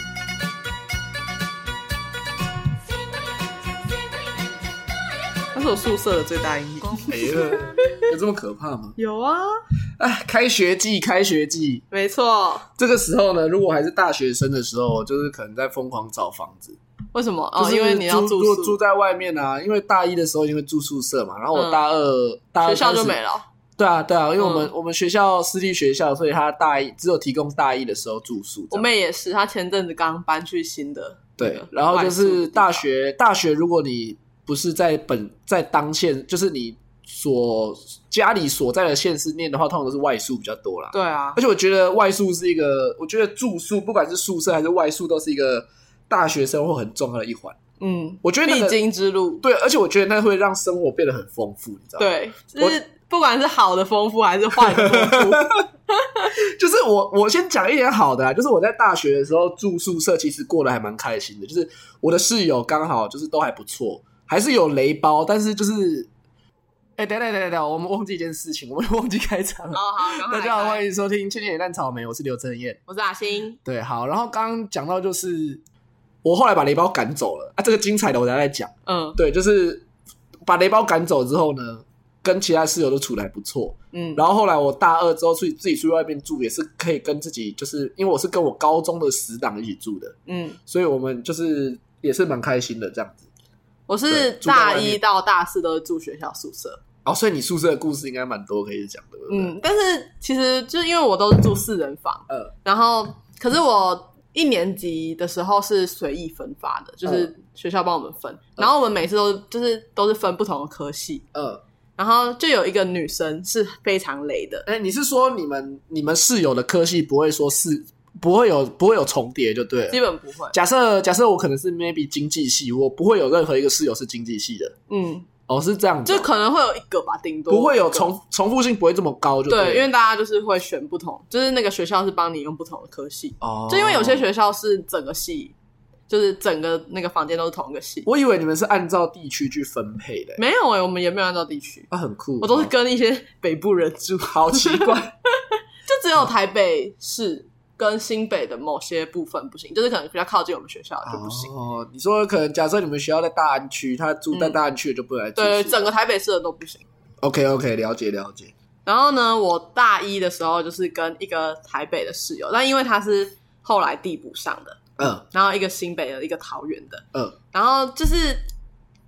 我宿舍的最大阴影。没了，哎有这么可怕吗？ 有啊，哎，开学季，开学季，没错。这个时候呢，如果还是大学生的时候，就是可能在疯狂找房子，为什么？就哦，是因为你要住住如果宿住，在外面啊，因为大一的时候因为住宿舍嘛，然后我嗯大二、大二学校就开始没了。对啊，对啊，因为我们、嗯我们学校私立学校，所以他大一只有提供大一的时候住宿这我样。妹也是，她前阵子刚搬去新的那个对外宿的地方。，然后就是大学，大学如果你不是在本在当县，就是你所家里所在的县市念的话，通常都是外宿比较多啦。对啊而，且我觉得外宿是一个，我觉得住宿不管是宿舍还是外宿，都是一个大学生活很重要的一环。嗯，我觉得那必个经之路。对，而且我觉得那会让生活变得很丰富，你知道吗？对，就是不管是好的丰富还是坏的 丰富， 就是我，我先讲一点好的啦，啊就是我在大学的时候住宿舍，其实过得还蛮开心的。就是我的室友刚好就是都还不错，还是有雷包，但是就是，哎、等一下等一下等一下，我们忘记一件事情，我们忘记开场了。哦，好，赶快 大家好，来欢迎收听《倩倩也烂草莓》，我是刘正燕。我是阿星。对，好，然后刚刚讲到就是我后来把雷包赶走了啊，这个精彩的我等一下再讲。嗯对，就是把雷包赶走之后呢，跟其他室友都处的还不错。嗯，然后后来我大二之后去自己去外面住，也是可以跟自己，就是因为我是跟我高中的死党一起住的，嗯，所以我们就是也是蛮开心的这样子。我是对住在外大面一到大四都是住学校宿舍。哦，所以你宿舍的故事应该蛮多可以讲的，对不对嗯，但是其实就是因为我都是住四人房，呃，然后可是我一年级的时候是随意分发的，就是嗯学校帮我们分，然后我们每次都就是都是分不同的科系，呃，然后就有一个女生是非常雷的，哎，你是说你们你们室友的科系不会说是不会有不会有重叠就对基了？本不会，假设假设我可能是 maybe 经济系，我不会有任何一个室友是经济系的，嗯，哦，是这样子就哦，可能会有一个吧，顶多不会有一个重重复性不会这么高就对，了因为大家就是会选不同，就是那个学校是帮你用不同的科系，哦，就因为有些学校是整个系，就是整个那个房间都是同一个系，我以为你们是按照地区去分配的，没有哎、我们也没有按照地区。啊，很酷，我都是跟一些北部人住，好奇怪。就 只有台北市跟新北的某些部分不行，就是可能比较靠近我们学校的就不行。 哦，你说可能假设你们学校在大安区，他住在大安区的就不能来住宿。对，整个台北市的都不行。 OK OK，了解了解。然后呢，我大一的时候就是跟一个台北的室友，但因为他是后来递补上的，嗯然后一个新北的，一个桃园的，嗯，然后就是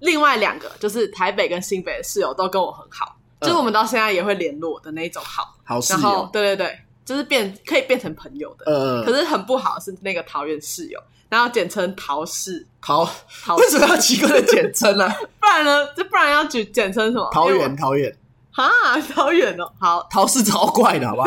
另外两个，就是台北跟新北的室友都跟我很好，嗯哦就是我们到现在也会联络的那一种好。好室然后友，。对对对，就是变可以变成朋友的。呃，可是很不好是那个桃园室友，然后简称桃室，桃，桃为什么要奇怪的简称呢？不然呢？这不然要举简称什么？桃 因为园桃园我哈，桃园哦，好，桃是超怪的，好吧？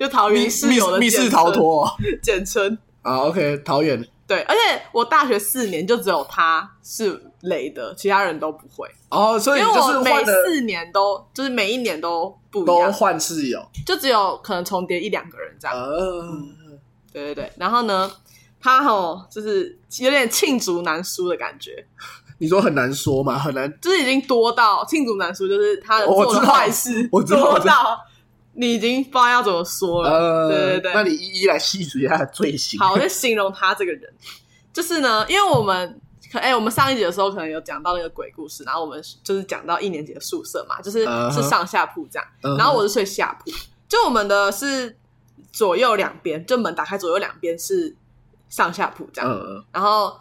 就桃密园室密友的密简室称逃脱哦简称。啊。OK，桃园对，而且我大学四年就只有他是雷的，其他人都不会，哦，所以因你为就是我每换的四年都就是每一年都不一都样，换室友。就只有可能重叠一两个人这样。呃，对对对，然后呢，他吼就是有点罄竹难书的感觉，你说很难说嘛，很难。就是已经多到罄竹难书，就是他的我做的知道坏事我知道我多知道到你已经不知道要怎么说了。呃，对对对那你一一来细数一下他的罪行。好，我就形容他这个人，就是呢，因为我们可哎、我们上一集的时候可能有讲到那个鬼故事，然后我们就是讲到一年级的宿舍嘛，就是嗯哼是上下铺这样，嗯，然后我是睡下铺，就我们的是左右两边，就门打开左右两边是上下铺这样，嗯然后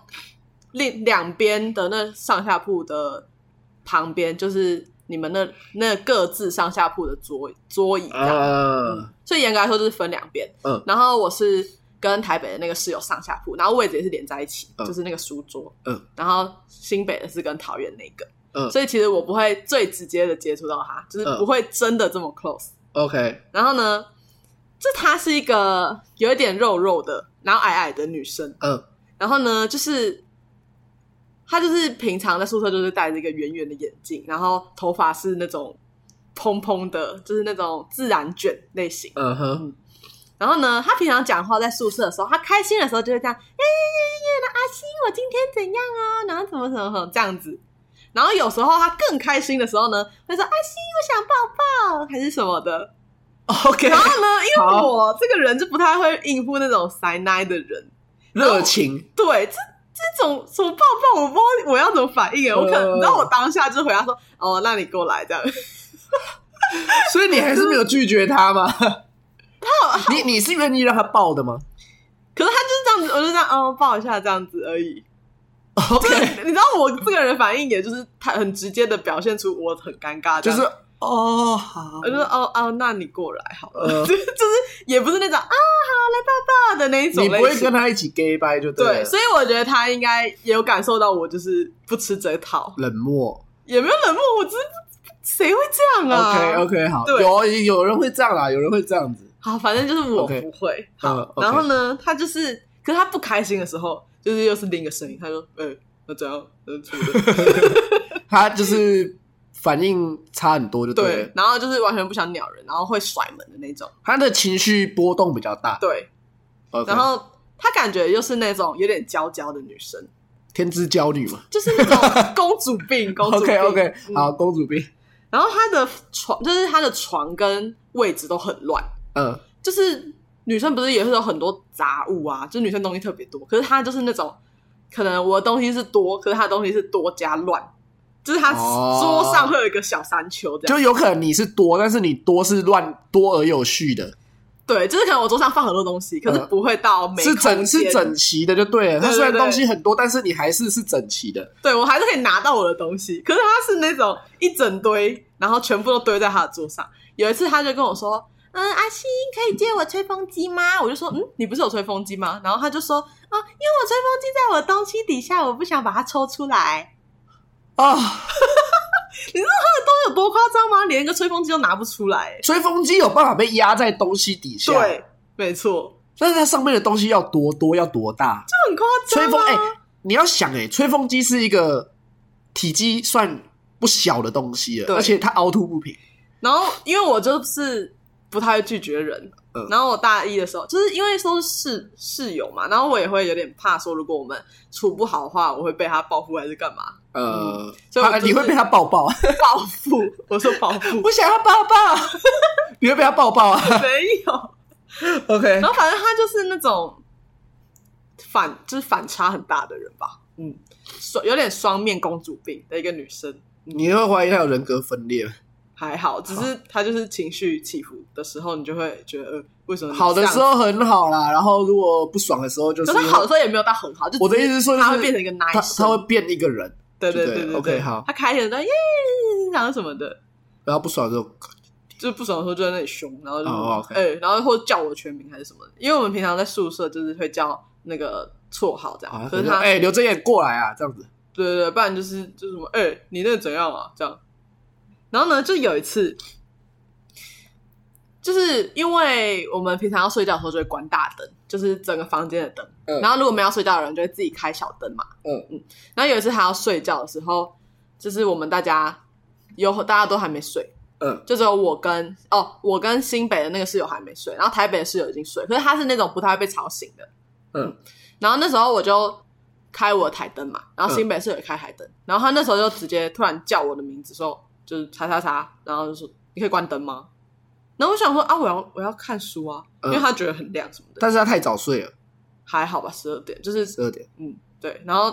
另两边的那上下铺的旁边就是你们那那各自上下铺的桌桌椅嗯这样，呃嗯，所以严格来说就是分两边。嗯然后我是跟台北的那个室友上下铺，然后位置也是连在一起，嗯就是那个书桌。嗯，然后新北的是跟桃园那个，嗯所以其实我不会最直接的接触到他，就是不会真的这么 close。 ，OK，然后呢，就她是一个有一点肉肉的，然后矮矮的女生。嗯然后呢，就是她就是平常在宿舍就是戴着一个圆圆的眼镜，然后头发是那种蓬蓬的，就是那种自然卷类型。嗯哼，然后呢，她平常讲话在宿舍的时候，她开心的时候就会这样，哎、那阿星，我今天怎样啊？然后怎么怎么怎么这样子。然后有时候她更开心的时候呢，会说阿哎星，我想抱抱，还是什么的。 OK，然后呢，因为好我这个人就不太会应付那种塞奶的人，热情对，这这种什么抱抱，我不知道我要怎么反应哎，我可能呃你知道我当下就回答说，哦，那你过来这样。所以你还是没有拒绝他 吗？你你是愿意让他抱的吗可是他就是这样子，我就这样哦抱一下这样子而已。 ？OK，你知道我这个人反应，也就是他很直接的表现出我很尴尬这样，就是哦好我，就说哦哦，那你过来好了，呃就是就是也不是那种啊好来抱抱的那一种你类型，不会跟他一起 gay 掰就了对，所以我觉得他应该也有感受到我就是不吃这套，冷漠。也没有冷漠，我只是谁会这样啊 OK OK 好，对有有人会这样啦，啊有人会这样子。好，反正就是我 OK 不会。嗯好， ，OK 然后呢，他就是，可是他不开心的时候，就是又是另一个声音，他说：“呃、那怎样？嗯，怎么 的他就是反应差很多就对了对。”然后就是完全不想鸟人，然后会甩门的那种。他的情绪波动比较大。对， OK，然后他感觉又是那种有点娇娇的女 生，天之娇女嘛。就是那种公主病，公主病。 OK OK，嗯好，公主病。然后他的床，就是他的床跟位置都很乱，嗯，就是女生不是也是有很多杂物啊，就是女生东西特别多，可是她就是那种，可能我的东西是多，可是她的东西是多加乱，就是她哦桌上会有一个小山丘这样，就有可能你是多，但是你多是乱多而有序的，对，就是可能我桌上放很多东西，可是不会到每呃是空间整是整，齐的就对了。对它虽然对对东西很多，但是你还是是整齐的。对我还是可以拿到我的东西，可是她是那种一整堆，然后全部都堆在她的桌上。有一次她就跟我说。嗯，阿星可以借我吹风机吗？我就说，嗯，你不是有吹风机吗？然后她就说，哦，因为我吹风机在我的东西底下，我不想把它抽出来。啊、有多夸张吗？连一个吹风机都拿不出来、欸吹风机有办法被压在东西底下，，对，没错，但是它上面的东西要多多要多大？就很夸张、吹啊。风哎、你要想哎、吹风机是一个体积算不小的东西了，对而且它凹凸不平。然后因为我就是不太会拒绝人，嗯然后我大一的时候，就是因为都是室室友嘛，然后我也会有点怕说，如果我们处不好的话，我会被他报复还是干嘛？呃，所以我它嗯就是你会被它 抱抱，报复？我说报复 我想要 抱抱，你会被它抱抱啊没有。 ？OK，然后反正他就是那种反，就是反差很大的人吧，嗯，双有点双面公主病的一个女生。你会怀疑他有人格分裂。还好，只是他就是情绪起伏的时候，你就会觉得、呃、为什么你好这的样时，候很好啦，然后如果不爽的时候就可是是好的时候也没有到很好。就我的意思是说就是他会变成一个他 nice，他会变一个人，对对对对对 OK，好他开心的时候耶，然后什么的，然后不爽的时候就是不爽的时候就在那里凶，然后就哦，OK 哎、然后或者叫我的全名还是什么的，因为我们平常在宿舍就是会叫那个绰号这样，啊，可是就他、哎刘真眼过来啊，这样子对对对，不然就是就是什么，哎、你那个怎样啊？这样。然后呢，就有一次，就是因为我们平常要睡觉的时候就会关大灯，就是整个房间的灯。嗯然后如果没有要睡觉的人，就会自己开小灯嘛。嗯嗯。然后有一次他要睡觉的时候，就是我们大家有大家都还没睡，嗯就只有我跟哦，我跟新北的那个室友还没睡，然后台北的室友已经睡，可是他是那种不太会被吵醒的。嗯然后那时候我就开我的台灯嘛，然嗯后新北室友也开台灯，然后他那时候就直接突然叫我的名字说，就是查查查，然后就说你可以关灯吗？然后我想说啊，我要我要看书啊，因嗯为他觉得很亮什么的，但是他太早睡了，还好吧，十二点就是十二点，嗯对，然后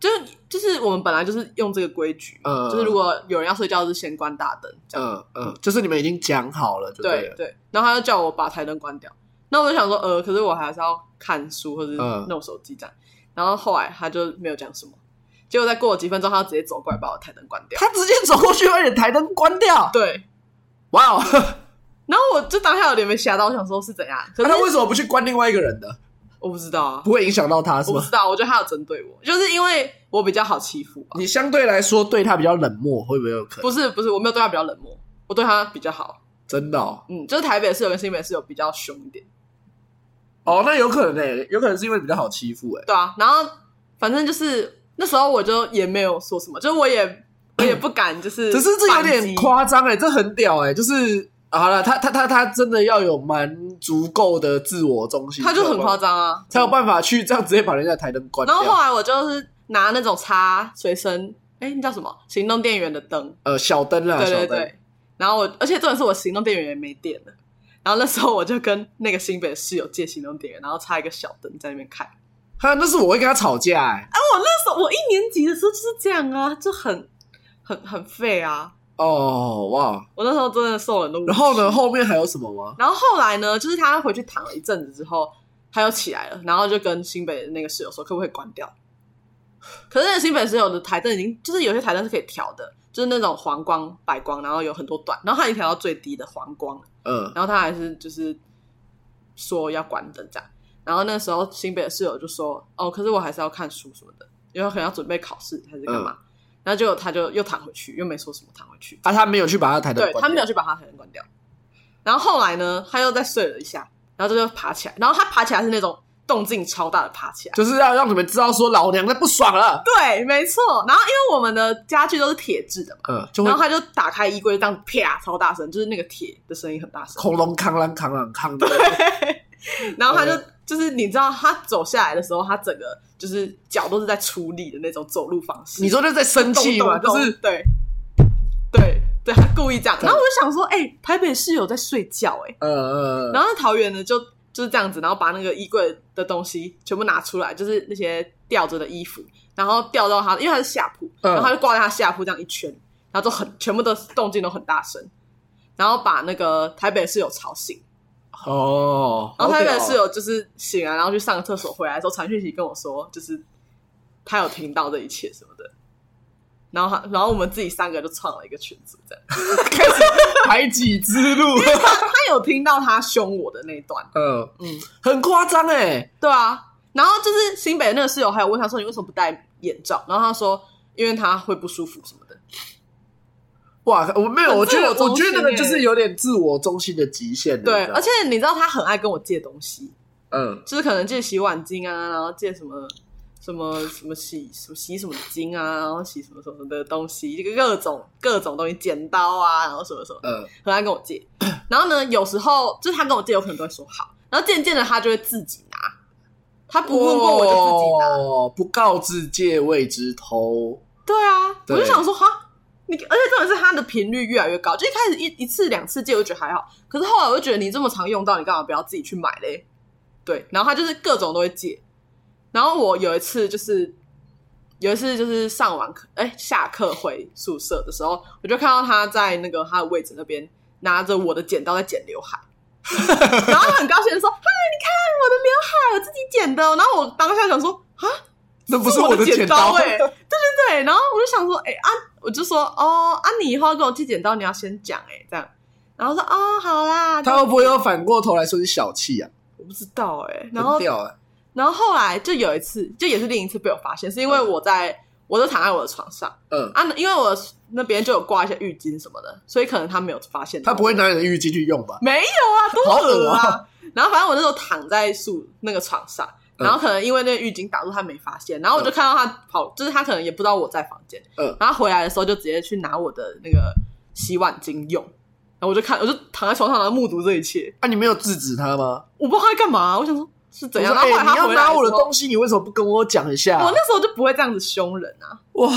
就就是我们本来就是用这个规矩嘛，嗯就是如果有人要睡觉是先关大灯，这样。嗯嗯，就是你们已经讲好了，就对了，对，然后他就叫我把台灯关掉。那我就想说，呃，可是我还是要看书或者是嗯弄手机这样。然后后来他就没有讲什么，结果再过了几分钟，他就直接走过来把我台灯关掉。他直接走过去把你的台灯关掉，对，哇哦，然后我就当下有点被吓到，我想说是怎样？可 那是啊他为什么不去关另外一个人的？我不知道啊不，会影响到他是我不吗知？道，我觉得他有针对我，就是因为我比较好欺负吧。哦你相对来说对他比较冷漠，会不会有可能？不是不是，我没有对他比较冷漠，我对他比较好。真的哦，嗯，就是台北室友跟新北室友比较凶一点。哦，那有可能诶，有可能是因为比较好欺负欸诶。对啊，然后反正就是那时候我就也没有说什么，就是我也我也不敢，就是可是这有反击点，夸张哎，这很屌哎、就是啊好了，他他他他真的要有蛮足够的自我中心，他就很夸，张啊。才有办法去这样直接把人家台灯关然后后掉。来我就是拿那种插随身，哎，那叫什么行动电源的灯，呃，小灯啦，对小对灯，对。然后我，而且重点是我行动电源也没电了。然后那时候我就跟那个新北室友借行动电源，然后插一个小灯在那边看。他那是我会跟他吵架、欸，哎、我那时候我一年级的时候就是这样啊，就很很很废啊。哦哇，我那时候真的受了很多。然后呢，？后面还有什么吗？然后后来呢？就是他回去躺了一阵子之后，他又起来了，然后就跟新北的那个室友说，可不可以关掉？可是那个新北室友的台灯已经，就是有些台灯是可以调的，就是那种黄光、白光，然后有很多段，然后他已经调到最低的黄光了，嗯，然后他还是就是说要关灯这样。然后那时候新北的室友就说：“哦，可是我还是要看书什么的，因为可能要准备考试还是干嘛。然后结果他就又躺回去，又没说什么躺回去。啊，他没有去把他抬灯对关掉，他没有去把他台灯关掉。然后后来呢，他又再睡了一下，然后他就爬起来，然后他爬起来是那种动静超大的爬起来。就是要让你们知道说老娘在不爽了，对，没错。然后因为我们的家具都是铁质的嘛，嗯，就会然后他就打开衣柜，这样啪，超大声，就是那个铁的声音很大 声。恐龙扛啷扛啷扛的，然后他就、呃就是你知道，他走下来的时候，他整个就是脚都是在出力的那种走路方式。你说这是在生气嘛？动就动是动对对对，他故意这样。然后我就想说，哎、台北室友在睡觉、哎。呃呃，然后后那桃园呢，就就是这样子，然后把那个衣柜的东西全部拿出来，就是那些吊着的衣服，然后吊到他，因为他是下铺，嗯然后他就挂在他下铺这样一圈，然后就很全部的动静都很大声，然后把那个台北室友吵醒，哦，然后好台屌北室友就是醒来，然后去上个厕所回来的时候传讯息跟我说，就是他有听到这一切什么的。然后他，然后我们自己三个就创了一个群组，这样。开始排挤 之路，他有听到他凶我的那一段，嗯，嗯，很夸张哎，对啊，然后就是新北的那个室友还有问他说你为什么不戴眼罩，然后他说因为他会不舒服什么的。哇，我没有，很我觉得自我我中觉心得那个欸就是有点自我中心的极限了，对，你知道吗而且你知道他很爱跟我借东西，嗯就是可能借洗碗巾啊，然后借什么什么什么洗什么洗什么巾啊，然后洗什么什么的东西，这个各种各种东西，剪刀啊，然后什么什么的，嗯很爱跟我借。然后呢，有时候就是他跟我借，我可能都会说好，然后渐渐的他就会自己拿，他不问过我就自己拿。哦，不告知借未知偷，对啊，对我就想说哈，你而且重点是它的频率越来越高，就一开始一一次两次借我就觉得还好，可是后来我就觉得你这么常用到，你干嘛不要自己去买嘞？对，然后他就是各种都会借，然后我有一次就是有一次就是上完课，哎，下课回宿舍的时候，我就看到他在那个他的位置那边拿着我的剪刀在剪刘海。然后他很高兴的说：“嗨，你看我的刘海，我自己剪的哦。”然后我当下想说：“啊，那不是我的剪刀哎、对对对，然后我就想说，哎、啊，我就说哦啊，你以后要跟我借剪刀，你要先讲哎、这样，然后说哦好啦，这他样会不会又反过头来说你小气啊？我不知道哎、然很后屌啊！然后后来就有一次，就也是另一次被我发现，是因为我在我就躺在我的床上嗯，啊，因为我那边就有挂一些浴巾什么的，所以可能他没有发现到他不会拿你的浴巾去用吧？没有啊，多好恶恶啊！啊然后反正我那时候躺在树那个床上，嗯然后可能因为那个浴巾挡住他没发现，然后我就看到他跑，就是他可能也不知道我在房间，嗯然后回来的时候就直接去拿我的那个洗碗巾用，然后我就看，我就躺在床上，然后目睹这一切，啊，你没有制止他吗？我不知道他在干嘛，我想说是怎样，我然说后后来哎他你要回来拿我的时候东西，啊你为什么不跟我讲一下？我那时候就不会这样子凶人啊。哇，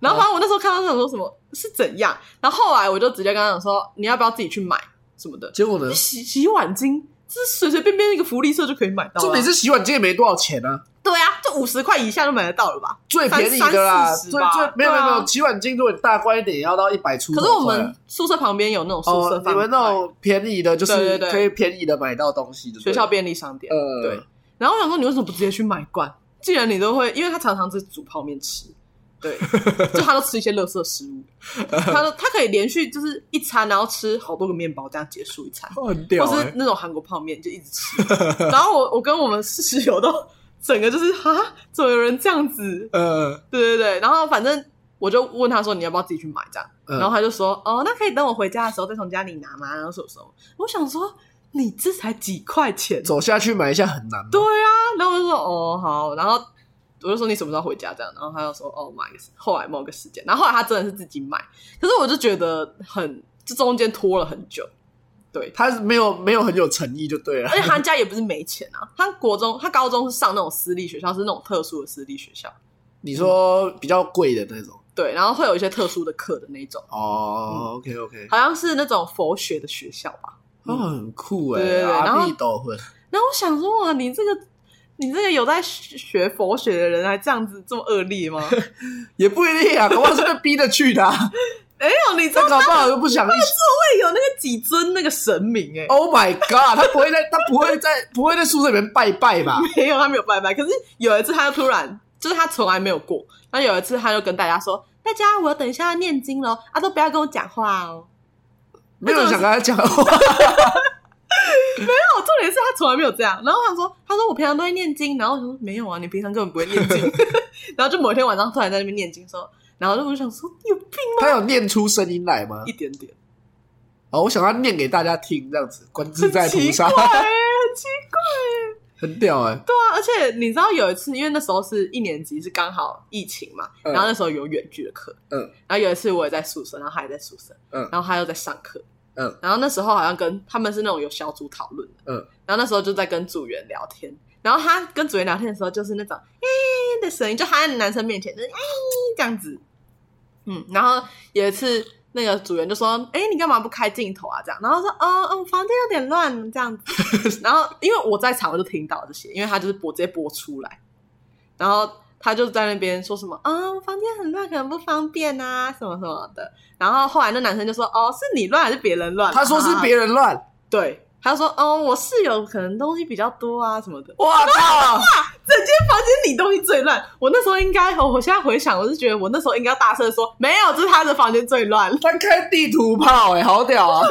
然后反正我那时候看到他想说什么是怎样，然后后来我就直接跟他讲说你要不要自己去买什么的结果呢？洗洗碗巾，这是随随便便一个福利社就可以买到、啊，重点是洗碗巾也没多少钱啊，对啊，就五十块以下就买得到了吧？最便宜的啦，三四最十吧最没有对没有啊没有，洗碗巾如果你大罐一点，也要到一百出头可块是啊。我们宿舍旁边有那种宿舍哦，贩卖、你们那种便宜的，就对是对对可以便宜的买到东西，对不学对校便利商店，呃对。然后我想说，你为什么不直接去买罐？既然你都会，因为他常常只煮泡面吃， 对，就他都吃一些垃圾食物，他都他可以连续就是一餐，然后吃好多个面包，这样结束一餐，哦很或屌是欸，那种韩国泡面就一直吃。 然后我我跟我们室友都整个就是啊，怎么有人这样子？呃，对对对，然后反正我就问他说你要不要自己去买这样，嗯然后他就说哦，那可以等我回家的时候再从家里拿吗？然后什么什么，我想说你这才几块钱，走下去买一下很难吗。对啊，然后我就说哦好，然后我就说你什么时候回家这样，然后他就说哦买个时后来某个时间，然后后来他真的是自己买，可是我就觉得很这中间拖了很久，对。他是没有没有很有诚意就对了而。且他家也不是没钱啊， 他国中、他高中是上那种私立学校，是那种特殊的私立学校，你说比较贵的那种对，然后会有一些特殊的课的那一种。嗯哦，OK OK，好像是那种佛学的学校吧。哦，很酷对对哎，对然后阿密斗魂，然后我想说，哇，你这个你这个有在学学佛学的人还这样子这么恶劣吗？也不一 定啊，搞不好是被逼着去的、啊，没有，你知道他搞不好又不 想一起。会有那个几尊那个神明哎、 Oh my god，他不会在，他不会在，不会在宿舍里面拜拜 吧？没有，他没有拜拜。可是有一次，他就突然，就是他从来没有过。然后有一次，他就跟大家说：“大家，我等一下要念经喽，啊，都不要跟我讲话哦。没有人想跟他讲话。”没有，重点是他从来没有这样。然后他说：“他说我平常都会念经。”然后我说：“没有啊，你平常根本不会念经。” 然后就某一天晚上突然在那边念经说，然后我就想说：“你有病吗他有念出声音来吗？？”一点点，哦，我想要念给大家听，这样子，观自 很在屠奇怪杀欸，，很奇怪欸。很屌哎、对啊，而且你知道有一次，因为那时候是一年级，是刚好疫情嘛，嗯然后那时候有远距的课，嗯，然后有一次我也在宿舍，然后他也在宿舍，嗯然后他又在上课，嗯，然后那时候好像跟他们是那种有小组讨论的，嗯，然后那时候就在跟组员聊天，然后他跟组员聊天的时候就是那种哎的声音，就他在男生面前就是哎这样子，嗯，然后有一次那个组员就说：“哎、你干嘛不开镜头啊？”这样，然后说：“哦，嗯，房间有点乱，这样子。” 然后因为我在场，我就听到这些，因为他就是播直接播出来，然后他就在那边说什么：“啊、房间很乱，可能不方便啊，什么什么的。”然后后来那男生就说：“哦，是你乱还是别人乱？”啊他说是别人乱，对，他就说：“哦，我室友可能东西比较多啊，什么的。”我操！整间房间里东西最乱。我那时候应该，哦我我现在回想，我是觉得我那时候应该要大声地说，没有，这是他的房间最乱，他开地图炮哎、好屌 啊！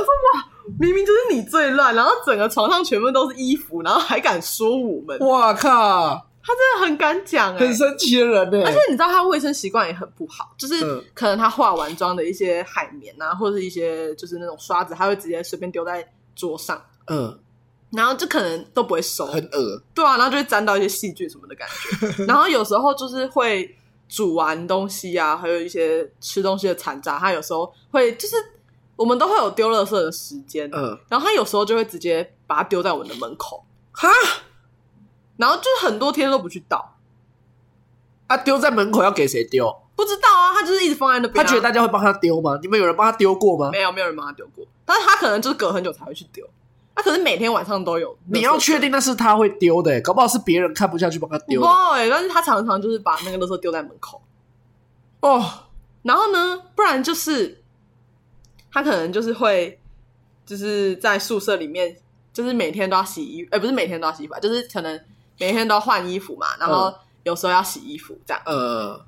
明明就是你最乱，然后整个床上全部都是衣服，然后还敢说我 们，哇靠，他真的很敢讲哎、很神奇的人欸呢、而且你知道他卫生习惯也很不好，就是嗯可能他化完妆的一些海绵啊，或者是一些就是那种刷子，他会直接随便丢在桌上，嗯，然后就可能都不会收，很恶，对啊，然后就会沾到一些细菌什么的感 觉。然后有时候就是会煮完东西啊，还有一些吃东西的残渣，它有时候会就是我们都会有丢垃圾的时间，嗯，然后它有时候就会直接把它丢在我们的门口，哈然后就是很多天都不去倒，啊，丢在门口要给谁丢？不知道啊，它就是一直放在那边他啊、觉得大家会帮他丢吗？你们有人帮他丢过吗？没有没有人帮它丢过，但是它可能就是隔很久才会去丢，它、可能每天晚上都有。你要确定那是他会丢的、欸，搞不好是别人看不下去帮他我不丢知的道哎、但是它常常就是把那个垃圾丢在门口。哦。然后呢，不然就是他可能就是会就是在宿舍里面，就是每天都要洗衣，呃，不是每天都要洗衣服啊，就是可能每天都要换衣服嘛，然嗯后有时候要洗衣服这样。呃，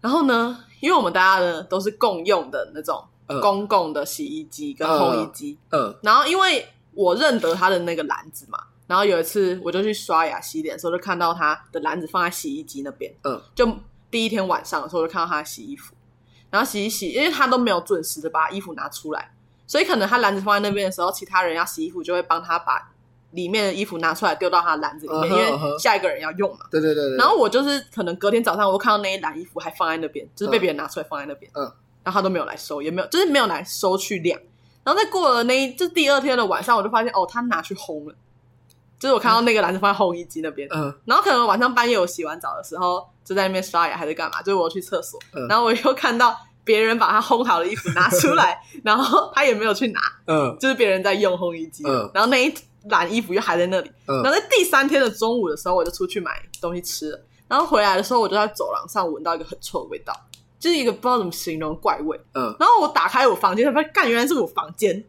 然后呢，因为我们大家呢都是共用的那种嗯公共的洗衣机跟烘衣机，嗯然后因为我认得他的那个篮子嘛，然后有一次我就去刷牙洗脸的时候，就看到他的篮子放在洗衣机那边。嗯，就第一天晚上的时候，我就看到他洗衣服，然后洗一洗，因为他都没有准时的把衣服拿出来，所以可能他篮子放在那边的时候，其他人要洗衣服就会帮他把里面的衣服拿出来丢到他的篮子里面，嗯哼嗯因哼为下一个人要用嘛。对对对对。然后我就是可能隔天早上，我看到那一篮衣服还放在那边，就是被嗯别人拿出来放在那边，嗯，然后他都没有来收，也没有就是没有来收去晾。然后再过了那一就是第二天的晚上，我就发现哦，他拿去烘了，就是我看到那个篮子放在烘衣机那边，嗯然后可能晚上半夜我洗完澡的时候，就在那边刷牙还是干嘛，就是我去厕所，嗯然后我又看到别人把他烘好的衣服拿出 来，然后他也没有去拿，嗯就是别人在用烘衣机，嗯然后那一篮衣服又还在那里。嗯然后在第三天的中午的时候，我就出去买东西吃了，然后回来的时候，我就在走廊上闻到一个很臭的味道，就是一个不知道怎么形容的怪味。嗯然后我打开我房间，才发现干，原来是我房间，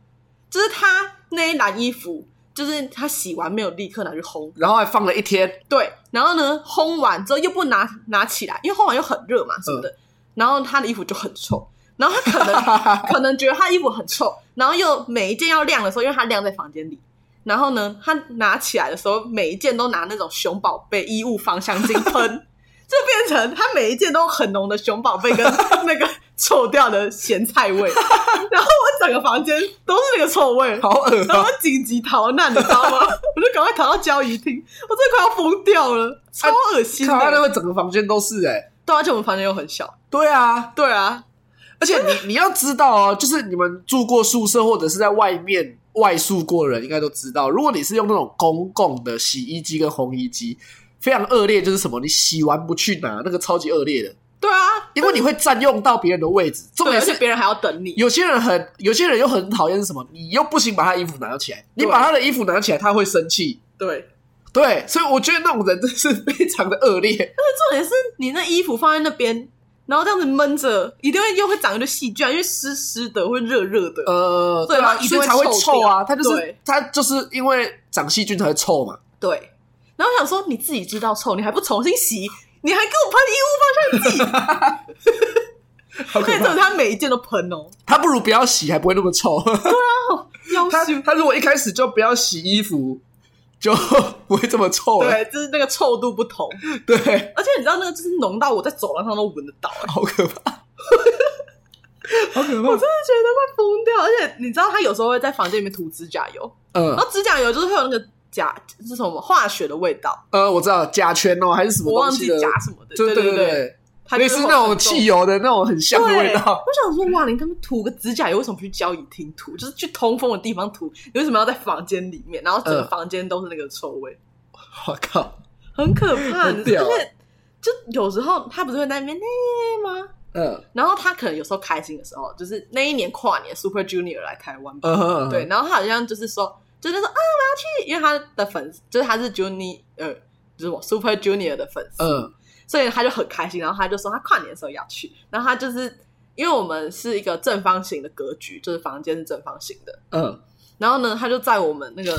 就是他那一篮衣服，就是他洗完没有立刻拿去烘，然后还放了一天，对，然后呢，烘完之后又不拿拿起来，因为烘完又很热嘛什么的，然后他的衣服就很臭，然后他可能可能觉得他衣服很臭，然后又每一件要晾的时候，因为他晾在房间里，然后呢，他拿起来的时候，每一件都拿那种熊宝贝衣物芳香精喷。 就变成他每一件都很浓的熊宝贝跟那个臭掉的咸菜味，然后我整个房间都是那个臭味，好 恶然后啊！我紧急逃难，你知 道吗？我就赶快逃到交谊厅，我真的快要疯掉啊了，超恶心的。啊看他那个整个房间都是哎、对啊，而且我们房间又很小。对啊，对啊，而且你你要知道哦，就是你们住过宿舍或者是在外面外宿过的人，应该都知道，如果你是用那种公共的洗衣机跟烘衣机，非常恶劣，就是什么，你洗完不去拿，那个超级恶劣的，对啊，因为你会占用到别人的位置。重对，而点是且别人还要等你。有些人很，有些人又很讨厌是什么？你又不行把他衣服拿起来，你对把他的衣服拿起来，他会生气。对，对，所以我觉得那种人真是非常的恶 劣。重点是你那衣服放在那边，然后这样子闷着，一定会又会长一堆细菌啊，因为湿湿的会热热的。呃，对啊，然后一定所以会才会臭臭掉啊。它就是对它就是因为长细菌才会 臭嘛。对，然后我想说你自己知道臭，你还不重新 洗，你还给我喷衣物芳香剂，好对，这是他每一件都喷哦，它不如不要洗，还不会那么 臭。要它死。它如果一开始就不要洗衣服，就 不会这么臭了。对，就是那个臭度不同，对，而且你知道那个就是浓到我在走廊上都闻得到、欸好 可怕，好可我怕。 真的觉得快疯掉。而且你知道他有时候会在房间里面涂指甲油，嗯然后指甲油就是会有那个甲是什么化学的味道，呃，我知道甲醛哦，还是什么我忘东西记的，甲什么的，就对对对，对，它就类似那种汽油的那种很有香的味道。我想说，哇，你他们涂个指甲油为什么不去交易厅涂？就是去通风的地方涂，你为什么要在房间里面？然后整个嗯房间都是那个臭味，我靠，很可怕。很你知屌道而且就有时候他不是会在那边那吗？嗯然后他可能有时候开心的时候，就是那一年跨年 Super Junior 来台湾吧。嗯哼，对，然后他好像就是说，就是说啊，我要去，因为他的粉丝就是他是 Junior，呃，就是我 Super Junior 的粉丝，嗯所以他就很开心，然后他就说他跨年的时候也要去，然后他就是因为我们是一个正方形的格局，就是房间是正方形的，嗯然后呢，他就在我们那个。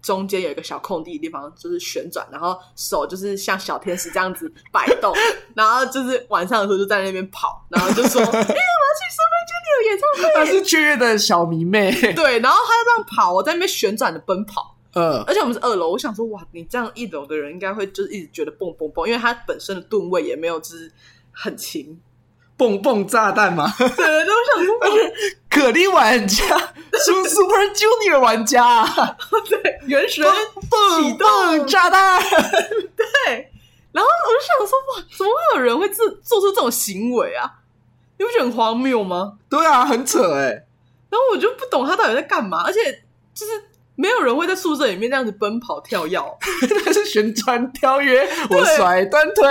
中间有一个小空地的地方，就是旋转，然后手就是像小天使这样子摆动，然后就是晚上的时候就在那边跑，然后就说：“ 哎、我要去 Super Junior 演唱会。”她是雀跃的小迷妹。对，然后他就这样跑，我在那边旋转的奔跑，嗯而且我们是二楼，我想说哇，你这样一楼的人应该会就是一直觉得蹦蹦蹦，因为它本身的吨位也没有就是很轻， 蹦蹦炸弹嘛， 对对对，我想说哇可莉玩家是不是 Super Junior 玩家啊，对，原 神蹦启动蹦炸弹，对，然后我就想说哇，怎么会有人会自做出这种行为啊？你不觉得很荒谬吗？对啊，很扯哎，然后我就不懂他到底在干嘛，而且就是没有人会在宿舍里面这样子奔跑跳跃，那是旋转跳跃，我对甩断腿。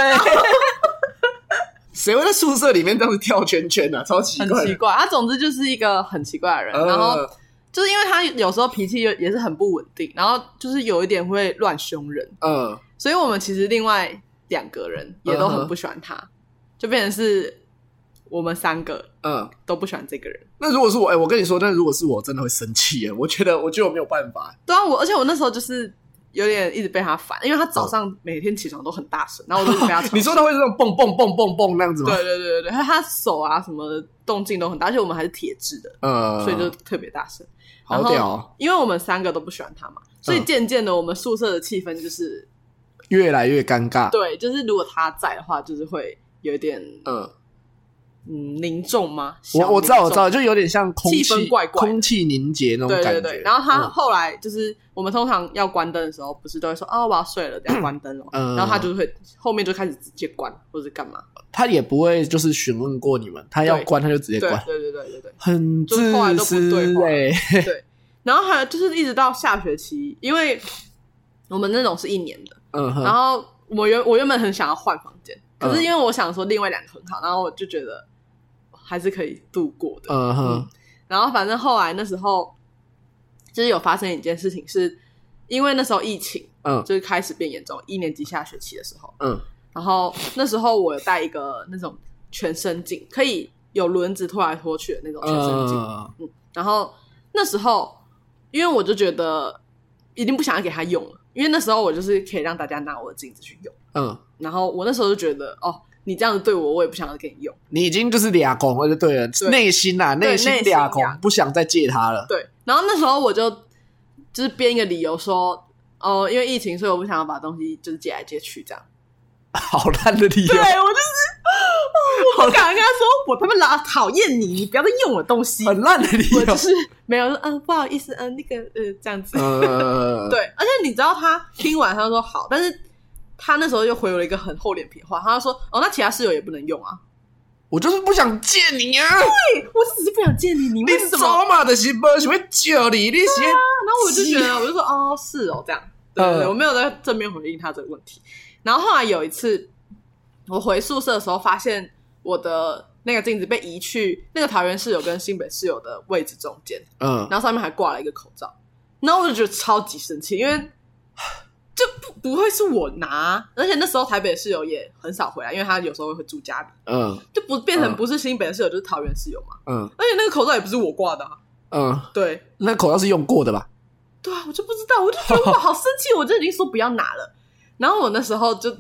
谁会在宿舍里面这样子跳圈圈啊？超奇很怪的，呃奇怪。他总之就是一个很奇怪的人，然后。就是因为他有时候脾气也也是很不稳定，然后就是有一点会乱凶人，呃，所以我们其实另外两个人也嗯都很不喜欢他就变成是我们三个嗯嗯，都不喜欢这个人。那如果是我，哎、我跟你说，那如果是我，真的会生气耶。我觉得，我觉得我没有办 法。对啊，我而且我那时候就是有点一直被他烦，因为他早上每天起床都很大声，然后我就一直被他吵 。你说他会这种蹦蹦蹦蹦蹦那样子吗？对，对对对对，他他手啊什么动静都很大，而且我们还是铁质的，呃，所以就特别大声。好屌、哦，因为我们三个都不喜欢他嘛，所以嗯渐渐的我们宿舍的气氛就是越来越尴尬。对，就是如果他在的话，就是会有一点嗯、嗯凝重吗？小我我知道，凝我知道，就有点像空气气氛怪怪的空气凝结重。那种对感对觉。对，然后他嗯后来就是、我们通常要关灯的时候，不是都会说哦我要睡了，等一下关灯了，嗯然后他就会后面就开始直接关或者干嘛，他也不会就是询问过你们，他要对关他就直接对关，对对对对对。很自就后来都不对私话哎、然后还有就是一直到下学期，因为我们那种是一年的，嗯然哼，后我原我原本很想要换房间，可是嗯因为我想说另外两个很好，然后我就觉得还是可以度过的，嗯哼，然后反正后来那时候就是有发生一件事情是，因为那时候疫情嗯就是开始变严重，一年级下学期的时候，嗯然后那时候我有戴一个那种全身镜，可以有轮子拖来拖去的那种全身镜，嗯，然后那时候因为我就觉得一定不想要给他用了，因为那时候我就是可以让大家拿我的镜子去用，嗯，然后我那时候就觉得哦，你这样子对我，我也不想要给你用。你已经就是俩拱了就对了，对内心呐、啊，对心内心俩拱俩，不想再借他了。对，然后那时候我就就是编一个理由说，哦，因为疫情，所以我不想要把东西就是借来借去这样。好烂的理 由对，啊我就是，哦我不敢跟他说，我他妈老讨厌你，你不要再用我东西。很我烂的理由。就是 没有说，嗯，不好意思，嗯，那个，呃，这样子。呃，对，而且你知道他听完他说好，但是他那时候又回我了一个很厚脸皮的话，他就说，哦，那其他室友也不能用啊。我就是不想见你啊！对，我只是不想见你，你为你什么？走嘛的是不想要叫你，你是然后我就觉得，我就说哦，是哦，这样，对对对，嗯我没有在正面回应他这个问题。然后后来有一次，我回宿舍的时候，发现我的那个镜子被移去那个桃园室友跟新北室友的位置中间，嗯，然后上面还挂了一个口罩，然后我就觉得超级生气，因为就不不会是我拿，而且那时候台北的室友也很少回来，因为他有时候会住家里，嗯就不变成嗯不是新北的室友就是桃园室友嘛。嗯而且那个口罩也不是我挂的、啊，嗯，对，那口罩是用过的吧？对啊，我就不知道，我就觉得哇，好生气，我就已经说不要拿了。 然后我那时候就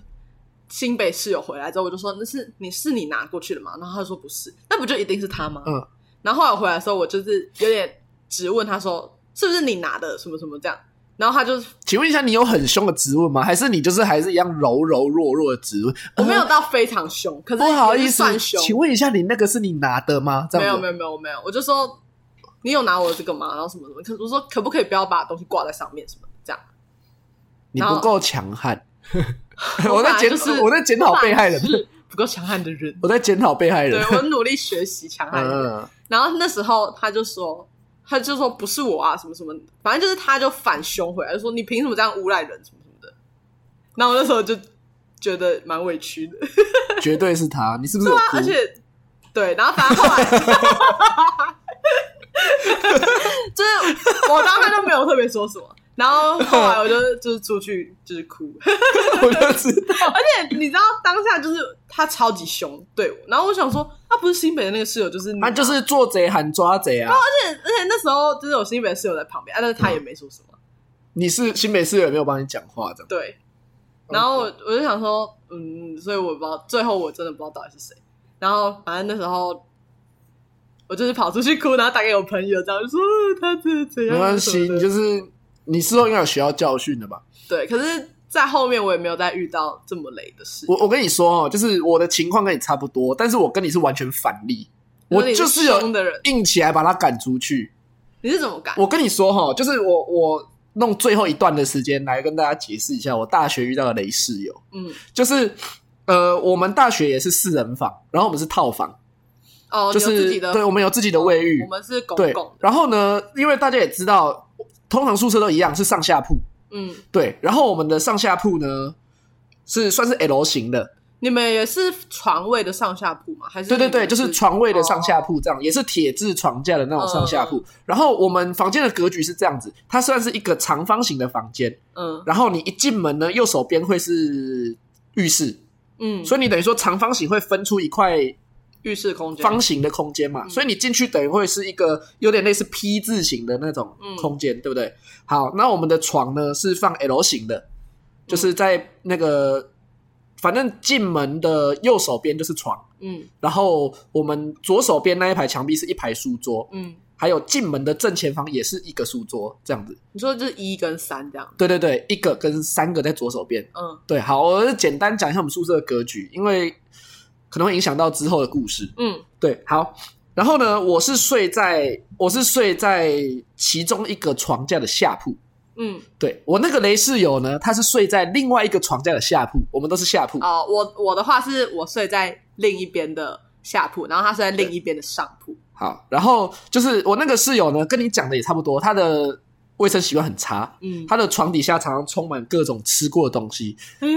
新北室友回来之后，我就说那是你是你拿过去的吗？然后他就说不是，那不就一定是他吗？嗯。然后后来我回来的时候，我就是有点质问他说是不是你拿的什么什么这样，然后他就请问一下，你有很凶的质问吗？还是你就是还是一样柔柔弱弱的质问？我没有呃到非常凶，可是哦不好也是意思算，凶。请问一下，你那个是你拿的吗？这没有样没子，有没有没有，我就说你有拿我的这个吗？然后什么什么，可我说可不可以不要把东西挂在上面什么的这样。你然后不够强 悍。我 我在本来检就是我在检讨被害人我本来就是不够强悍的人。我在检讨被害人对。我努力学习 强悍。嗯，然后那时候他就说，他就说不是我啊，什么什么，反正就是他就反凶回来，就说你凭什么这样诬赖人，什么什么的。然后我那时候就觉得蛮委屈的，嗯绝对是他。你是不是对有啊，哭？而且对，然后反正后来。 就是我当时都没有特别说什么，然后后来我就就是出去就是哭， 我就知道，而且你知道当下就是他超级凶对我，然后我想说他不是新北的那个室友，就是你他啊就是做贼喊抓贼啊！而且而且那时候就是我新北室友在旁边，啊，但是他也没说什么。你是新北市有没有帮你讲话？这样，对，然后我我就想说，嗯，所以我不知道，最后我真的不知道到底是谁。然后反正那时候我就是跑出去哭，然后打给我朋友，这样就说呃他真的怎样，没关系，什么你的就是你事后应该有学到教训的吧？对。可是，在后面我也没有再遇到这么雷的事。我我跟你说哦，就是我的情况跟你差不多，但是我跟你是完全反例，我你就是是有凶的人，硬起来把他赶出去。你是怎么改？我跟你说哈，就是我我弄最后一段的时间来跟大家解释一下我大学遇到的雷室友，嗯，就是呃，我们大学也是四人房，然后我们是套房，哦，就你有自是己的，哦对我们有自己的卫浴我，们是公对共，的，然后呢，因为大家也知道，通常宿舍都一样是上下铺，嗯，对，然后我们的上下铺呢是算是 L 型的，你们也是床位的上下铺吗？还是对对对，你们就是床位的上下哦铺这样，也是铁质床架的那种上嗯下铺。然后我们房间的格局是这样子，它算是一个长方形的房间。嗯然后你一进门呢，右手边会是浴室，嗯，所以你等于说长方形会分出一块浴室空间方形的空间嘛，嗯所以你进去等于会是一个有点类似 P 字形的那种嗯空间，对不对？好，那我们的床呢是放 L 型的，就是在那个反正进门的右手边就是床。嗯然后我们左手边那一排墙壁是一排书桌，嗯，还有进门的正前方也是一个书桌，这样子。你说就是一跟三这样，对对对，一个跟三个在左手边。嗯对，好，我就简单讲一下我们宿舍的格局，因为可能会影响到之后的故事。嗯对，好，然后呢，我是睡在我是睡在其中一个床架的下铺。嗯，对我那个雷室友呢，他是睡在另外一个床架的下铺，我们都是下铺。哦，我我的话是我睡在另一边的下铺，然后他睡在另一边的上铺，好，然后就是我那个室友呢，跟你讲的也差不多，他的卫生习惯很差，嗯，他的床底下常常充满各种吃过的东西， 嗯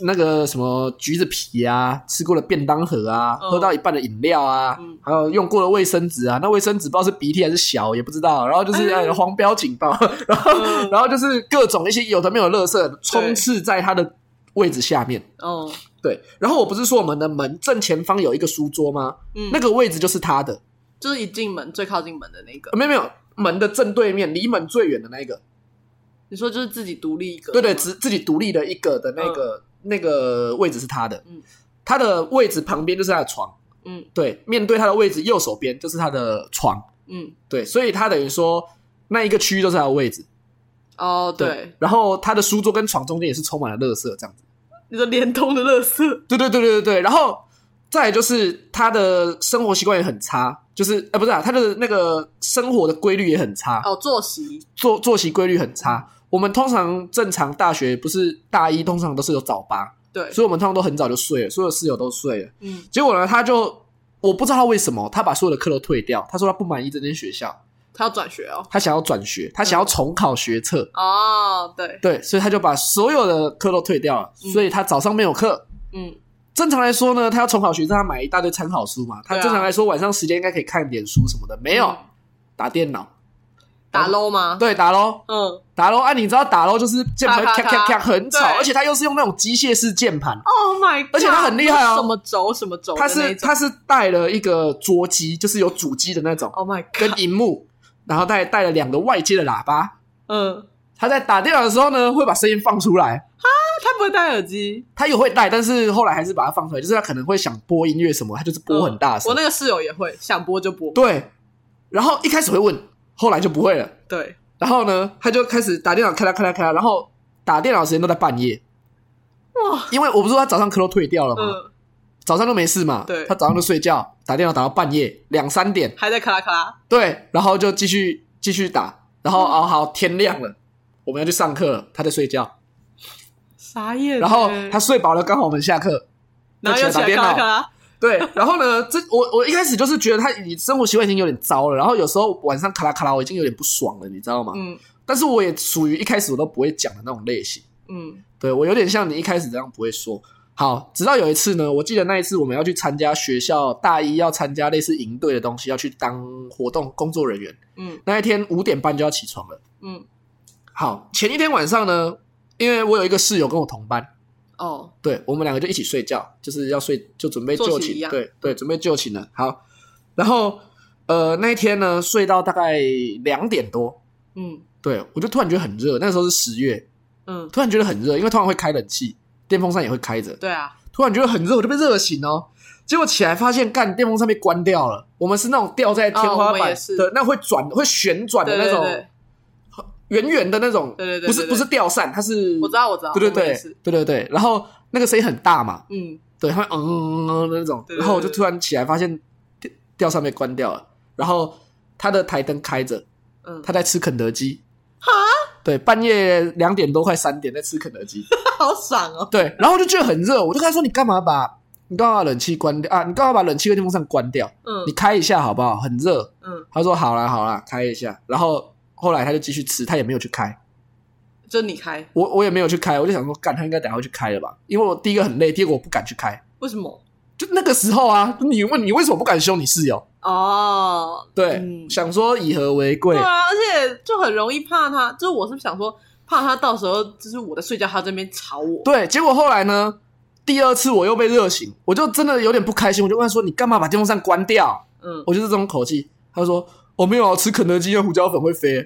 那个什么橘子皮啊，吃过的便当盒啊，嗯喝到一半的饮料啊，嗯还有用过的卫生纸啊，那卫生纸不知道是鼻涕还是小也不知道，然 后就是、哎呃黄标警报，然后、嗯然后就是各种一些有的没有的垃圾充斥在他的位置下面。哦对，然后我不是说我们的门正前方有一个书桌吗？嗯，那个位置就是他的。就是一进门最靠近门的那个呃，没有没有，门的正对面，离门最远的那一个，你说就是自己独立一个，对对，吗自自己独立的一个的那个、那个位置是他的，嗯他的位置旁边就是他的床，嗯对，面对他的位置右手边就是他的床，嗯，对，所以他等于说那一个区域都是他的位置，哦对，然后他的书桌跟床中间也是充满了垃圾，这样子，你说联通的垃圾，对对对对对对，然后再来就是他的生活习惯也很差，就是哎、呃不是啊，他的那个生活的规律也很差，哦作息，作作息规律很差。我们通常正常大学不是大一，通常都是有早八，对，所以我们通常都很早就睡了，所有室友都睡了。嗯，结果呢，他就我不知道他为什么，他把所有的课都退掉。他说他不满意这间学校，他要转学哦，他想要转学，他嗯想要重考学测。哦对，对，所以他就把所有的课都退掉了，嗯所以他早上没有课。嗯正常来说呢，他要重考学测，他买一大堆参考书嘛。他对啊正常来说晚上时间应该可以看点书什么的，没有嗯打电脑，打 low 吗？对，打喽，嗯，打喽啊！你知道打喽就是 键盘咔咔咔咔咔咔很吵，对啊而且它又是用那种机械式键盘， Oh my god！而且它很厉害哦什么轴什么轴的它那种，是它是带了一个桌机，就是有主机的那种， Oh my god！跟荧幕，然后带带了两个外接的喇叭。嗯，它在打电脑的时候呢，会把声音放出来。那他不会戴耳机，它也会带，但是后来还是把它放出来，就是它可能会想播音乐什么，它啊就是播很大哦我声。那个室友也会想播就播，对，然后一开始会问，后来就不会了。对，然后呢，他就开始打电脑，咔啦咔啦咔啦，然后打电脑时间都在半夜，哇，因为我不是说他早上课都退掉了吗？嗯，早上都没事嘛，对他早上就睡觉，打电脑打到半夜两三点，还在咔啦咔啦，对，然后就继续继续打，然嗯后哦好天亮了，我们要去上课了，他在睡觉，傻眼欸。然后他睡饱了，刚好我们下课，然后又起打来电咔啦脑咔，啦，对，然后呢，这我我一开始就是觉得他已生活习惯已经有点糟了，然后有时候晚上咔啦咔啦，我已经有点不爽了，你知道吗？嗯但是我也属于一开始我都不会讲的那种类型，嗯对我有点像你一开始这样不会说。好，直到有一次呢，我记得那一次我们要去参加学校大一要参加类似营队的东西，要去当活动工作人员。嗯那一天五点半就要起床了。嗯，好，前一天晚上呢，因为我有一个室友跟我同班，哦，对我们两个就一起睡觉，就是要睡就准备作息就一寝，样对对，准备就寝了。好，然后呃那一天呢睡到大概两点多，嗯对我就突然觉得很热，那时候是十月，嗯，突然觉得很热，因为通常会开冷气，电风扇也会开着，对啊，突然觉得很热，我就被热醒哦。结果起来发现，干电风扇被关掉了。我们是那种吊在天哦花我们板也是的，那会转、会旋转的对啊那对种，对，圆圆的那种，对对对不是对对不是吊扇，它是我知，道我知道，对对我们也对是对对对。然后那个声音很大嘛，嗯，对，它会嗯嗯嗯嗯的那种。对对然后我就对突然起来发现吊吊扇被关掉了，然后他的台灯开着，嗯，他在吃肯德基。哈，对，半夜两点多快三点在吃肯德基。 好爽哦，对，然后我就觉得很热，我就跟他说：“你干嘛把你干嘛把冷气关掉啊？你干嘛把冷气跟电风扇关掉？嗯你开一下好不好？很热。嗯”，他说：“好啦好啦，开一下。”然后后来他就继续吃，他也没有去开，就你开，我我也没有去开，我就想说，干他应该等下会去开了吧？因为我第一个很累，第二个我不敢去开。为什么？就那个时候啊，你问你为什么不敢凶你室友？哦，对，嗯想说以和为贵对，啊，而且就很容易怕他，就是我是不是想说，怕他到时候就是我在睡觉，他这边吵我，对，结果后来呢，第二次我又被热醒，我就真的有点不开心，我就问他说：“你干嘛把电风扇关掉？”嗯，我就是这种口气。他就说：“我、没有啊，吃肯德基跟胡椒粉会飞。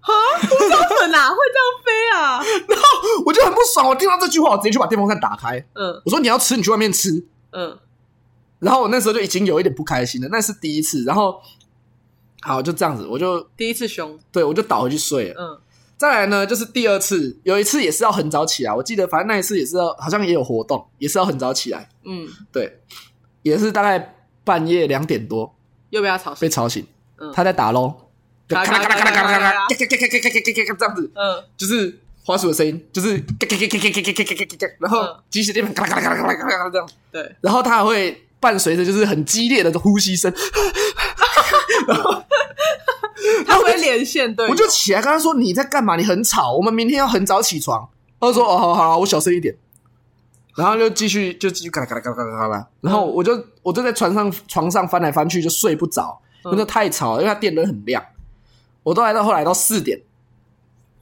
哈，胡椒粉啊，会这样飞啊，”我就很不爽，我听到这句话，我直接去把电风扇打开。嗯我说：“你要吃，你去外面吃。嗯”然后我那时候就已经有一点不开心了，那是第一次。然后，好，就这样子，我就第一次凶，对我就倒回去睡了。嗯再来呢，就是第二次，有一次也是要很早起来，我记得，反正那一次也是要，好像也有活动，也是要很早起来，嗯，对，也是大概半夜两点多又被他吵被醒，吵醒，嗯他在打咯，就咔啦咔啦咔啦咔啦咔啦咔啦咔啦咔啦这样子，嗯就是滑鼠的声音，就是咔咔咔咔咔咔咔咔咔，然后机械键盘咔啦咔啦咔啦咔啦咔啦这样，对，然后它还会伴随着就是很激烈的呼吸声，他会连线对，我就起来跟他说：“你在干嘛？你很吵，我们明天要很早起床。”他就说：“哦，好好好，我小声一点。”然后就继续就继续嘎啦嘎啦嘎啦嘎啦嘎啦，然后我就我就在床上床上翻来翻去就睡不着，嗯因为太吵了，因为它电灯很亮。我都来到后来到四点，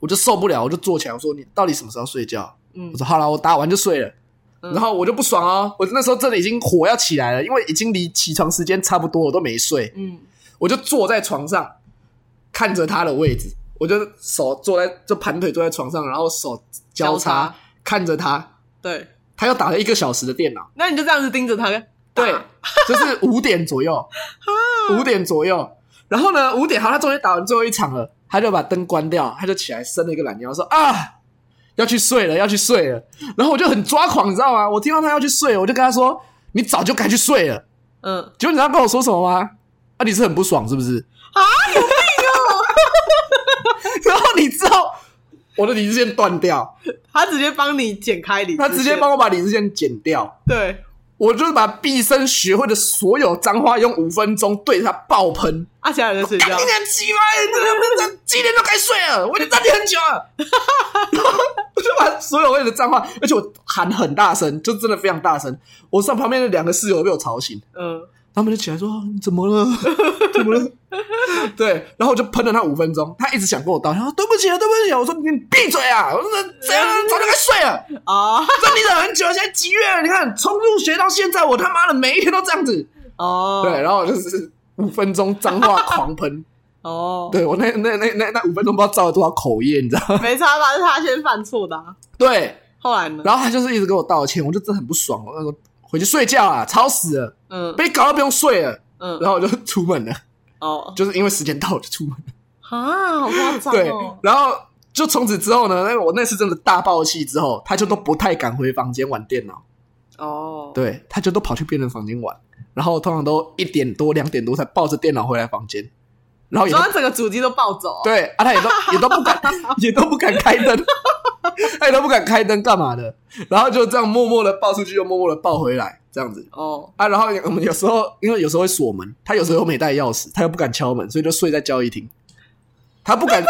我就受不了，我就坐起来我说：“你到底什么时候睡觉？”嗯我说：“好了，我打完就睡了。”嗯然后我就不爽哦，我那时候真的已经火要起来了，因为已经离起床时间差不多，我都没睡。嗯我就坐在床上，看着他的位置，我就手坐在就盘腿坐在床上，然后手交交叉看着他，对，他又打了一个小时的电脑，那你就这样子盯着他，对，就是五点左右，五点左右，然后呢，五点好，他终于打完最后一场了，他就把灯关掉，他就起来伸了一个懒腰，说啊。要去睡了，要去睡了。然后我就很抓狂，你知道吗？我听到他要去睡，我就跟他说：“你早就该去睡了。嗯”，结果你知道他跟我说什么吗？啊，你是很不爽是不是？ 然后你知道我的理智线断掉，他直接帮你剪开你，他直接帮我把理智线剪掉，对。我就是把毕生学会的所有脏话用五分钟对他爆喷。啊，其他人在睡干觉你，娘鸡巴！这这几点都该睡了，我已经站你很久了。然后我就把所有会的脏话，而且我喊很大声，就真的非常大声。我上旁边的两个室友被我吵醒，嗯，他们就起来说啊你怎么了， 怎么了？对，然后我就喷了他五分钟，他一直想跟我道歉，他说对不起啊，对不起啊，我说你闭嘴啊，我说那这样早就该睡了，哦我说你忍很久，现在几月了？你看从入学到现在，我他妈的每一天都这样子，哦，对，然后我就是五分钟脏话狂 喷，哦，对我那那那那那五分钟不知道造了多少口业，你知道 吗？没差吧？是他先犯错的啊，对，后来呢？然后他就是一直跟我道歉，我就真的很不爽，我那时候回去睡觉啊，吵死了，嗯被搞到不用睡了，嗯，然后我就出门了，哦，就是因为时间到我就出门了，啊，好夸张对哦，，然后。就从此之后呢，那个我那次真的大爆气之后，他就都不太敢回房间玩电脑，哦，对，他就都跑去别人房间玩，然后通常都一点多、两点多才抱着电脑回来房间，然后也所以他整个主机都暴走哦，对啊，他也都也都不敢，也都不敢开灯，他也都不敢开灯干嘛的，然后就这样默默的抱出去，又默默的抱回来，这样子哦，啊。然后我们有 时候因为有时候会锁门，他有时候没带钥匙，他又不敢敲门，所以就睡在交易厅。他不敢，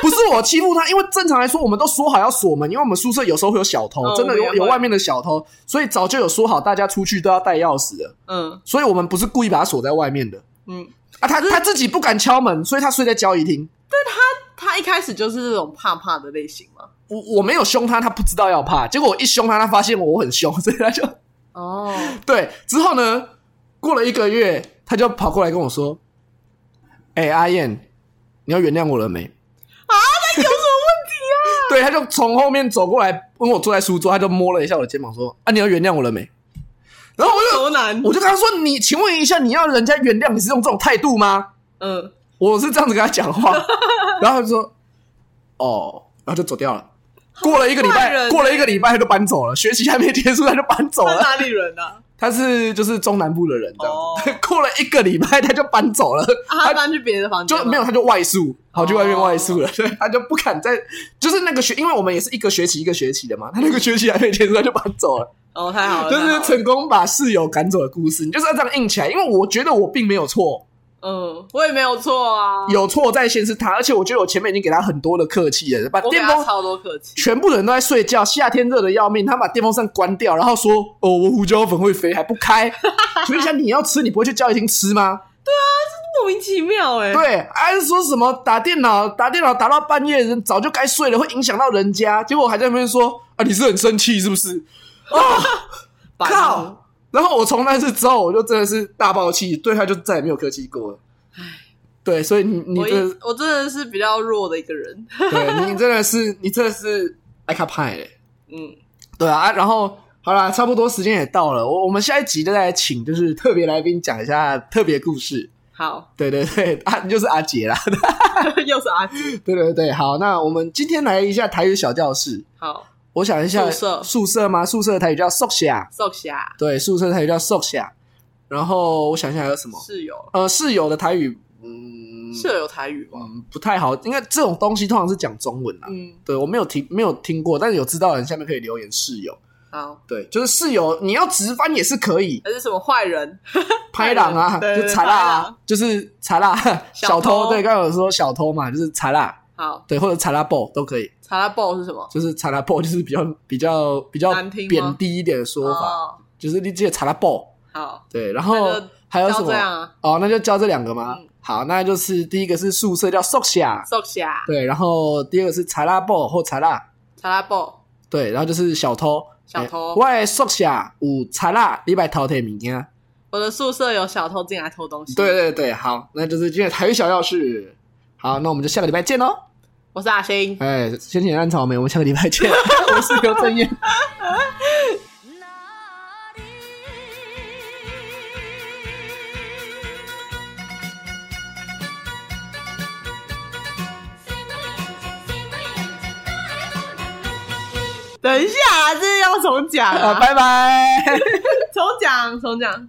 不是我欺负他，因为正常来说我们都说好要锁门，因为我们宿舍有时候会有小偷，嗯真的我有们也有会外面的小偷，所以早就有说好大家出去都要带钥匙的。嗯所以我们不是故意把他锁在外面的嗯，啊。他他自己不敢敲门，所以他睡在交易厅。他一开始就是这种怕怕的类型嘛，我我没有凶他，他不知道要怕。结果我一凶他，他发现我很凶，所以他就哦，对。之后呢，过了一个月，他就跑过来跟我说：“哎、阿燕，你要原谅我了没啊，那有什么？”对，他就从后面走过来，问我坐在书桌，他就摸了一下我的肩膀，说：“啊，你要原谅我了没？”然后我就问题啊？多难，我就跟他说：“你请问一下，你要人家原谅你是用这种态度吗？”嗯，我是这样子跟他 讲话，然后他就说哦，然后就走掉了。过了一个礼好坏人拜，欸过了一个礼拜他就搬走了，学期还没结束他就搬走他了。哪里人啊？他是就是中南部的人，这样哦子。 过了一个礼拜他就搬走了，啊他搬去哦别的房间就吗没有他就外宿，跑去外面外宿了，所以 他就不敢再就是那个学，因为我们也是一个学期一个学期的嘛，他那个学期还没结束他就搬走了，哦，太好了，就太好是了成功把室友赶走的故事。你就是要这样硬起来，因为我觉得我并没有错，嗯，我也没有错啊，有错在先是他，而且我觉得我前面已经给他很多的客气了，把我给电他风超多客气，全部的人都在睡觉，夏天热的要命，他把电风扇关掉，然后说：“哦，我胡椒粉会飞，还不开。” 请问一下，你要吃，你不会去教育厅吃吗？莫名其妙哎、对，还、是说什么打电脑打电脑打到半夜，人早就该睡了，会影响到人家。结果还在那边说：“啊，你是很生气是不是？”白目靠！然后我从那次之后，我就真的是大爆气，对他就再也没有客气过了。对，所以你你我一这。 我真的是比较弱的一个人，对你真的是，你真的是爱卡派嘞。嗯，对啊，啊然后好啦，差不多时间也到了，我我们下一集就来请就是特别来宾讲一下特别故事。好， 对对对，啊，就是阿杰啦。 又是阿吉，对对对，好，那我们今天来一下台语小教室。好，我想一下，宿舍宿舍吗？宿舍的台语叫宿舍，少侠对，宿舍的台语叫宿舍。然后我想一下还有什么？室友，呃，室友的台语，嗯，室友有台语吗？嗯，不太好，因为这种东西通常是讲中文啦。嗯，对我没有听没有听过，但是有知道的人下面可以留言室友。好，对，就是室友，你要直翻也是可以，还是什么坏人？拍狼啊，对对就对查啦、拍啊狼，就是查啦，小小偷，偷对，刚刚有说小偷嘛，就是查啦，好，对，或者查拉布都可以，查拉爆是什么？就是查拉布就是比较比较比较难听吗贬低一点的说法，哦，就是你记得查拉布，好，对，然后那就还有什要这样么？啊，哦，那就教这两个吗？嗯好，那就是第一个是宿舍叫宿舍，少侠，对，然后第二个是查拉布或查拉，查拉爆，对，然后就是小偷。小偷欸我的宿舍有查啦，你别偷摕物件。我的宿舍有小偷进来偷东西，对，对对，好，那就是今天的台语小钥匙。好，那我们就下个礼拜见喽。我是阿星，哎，先请按草莓，我们下个礼 拜见。我是刘正燕。哪里？等一下啊，这要重讲啊，啊，拜拜。啊啊重讲重讲。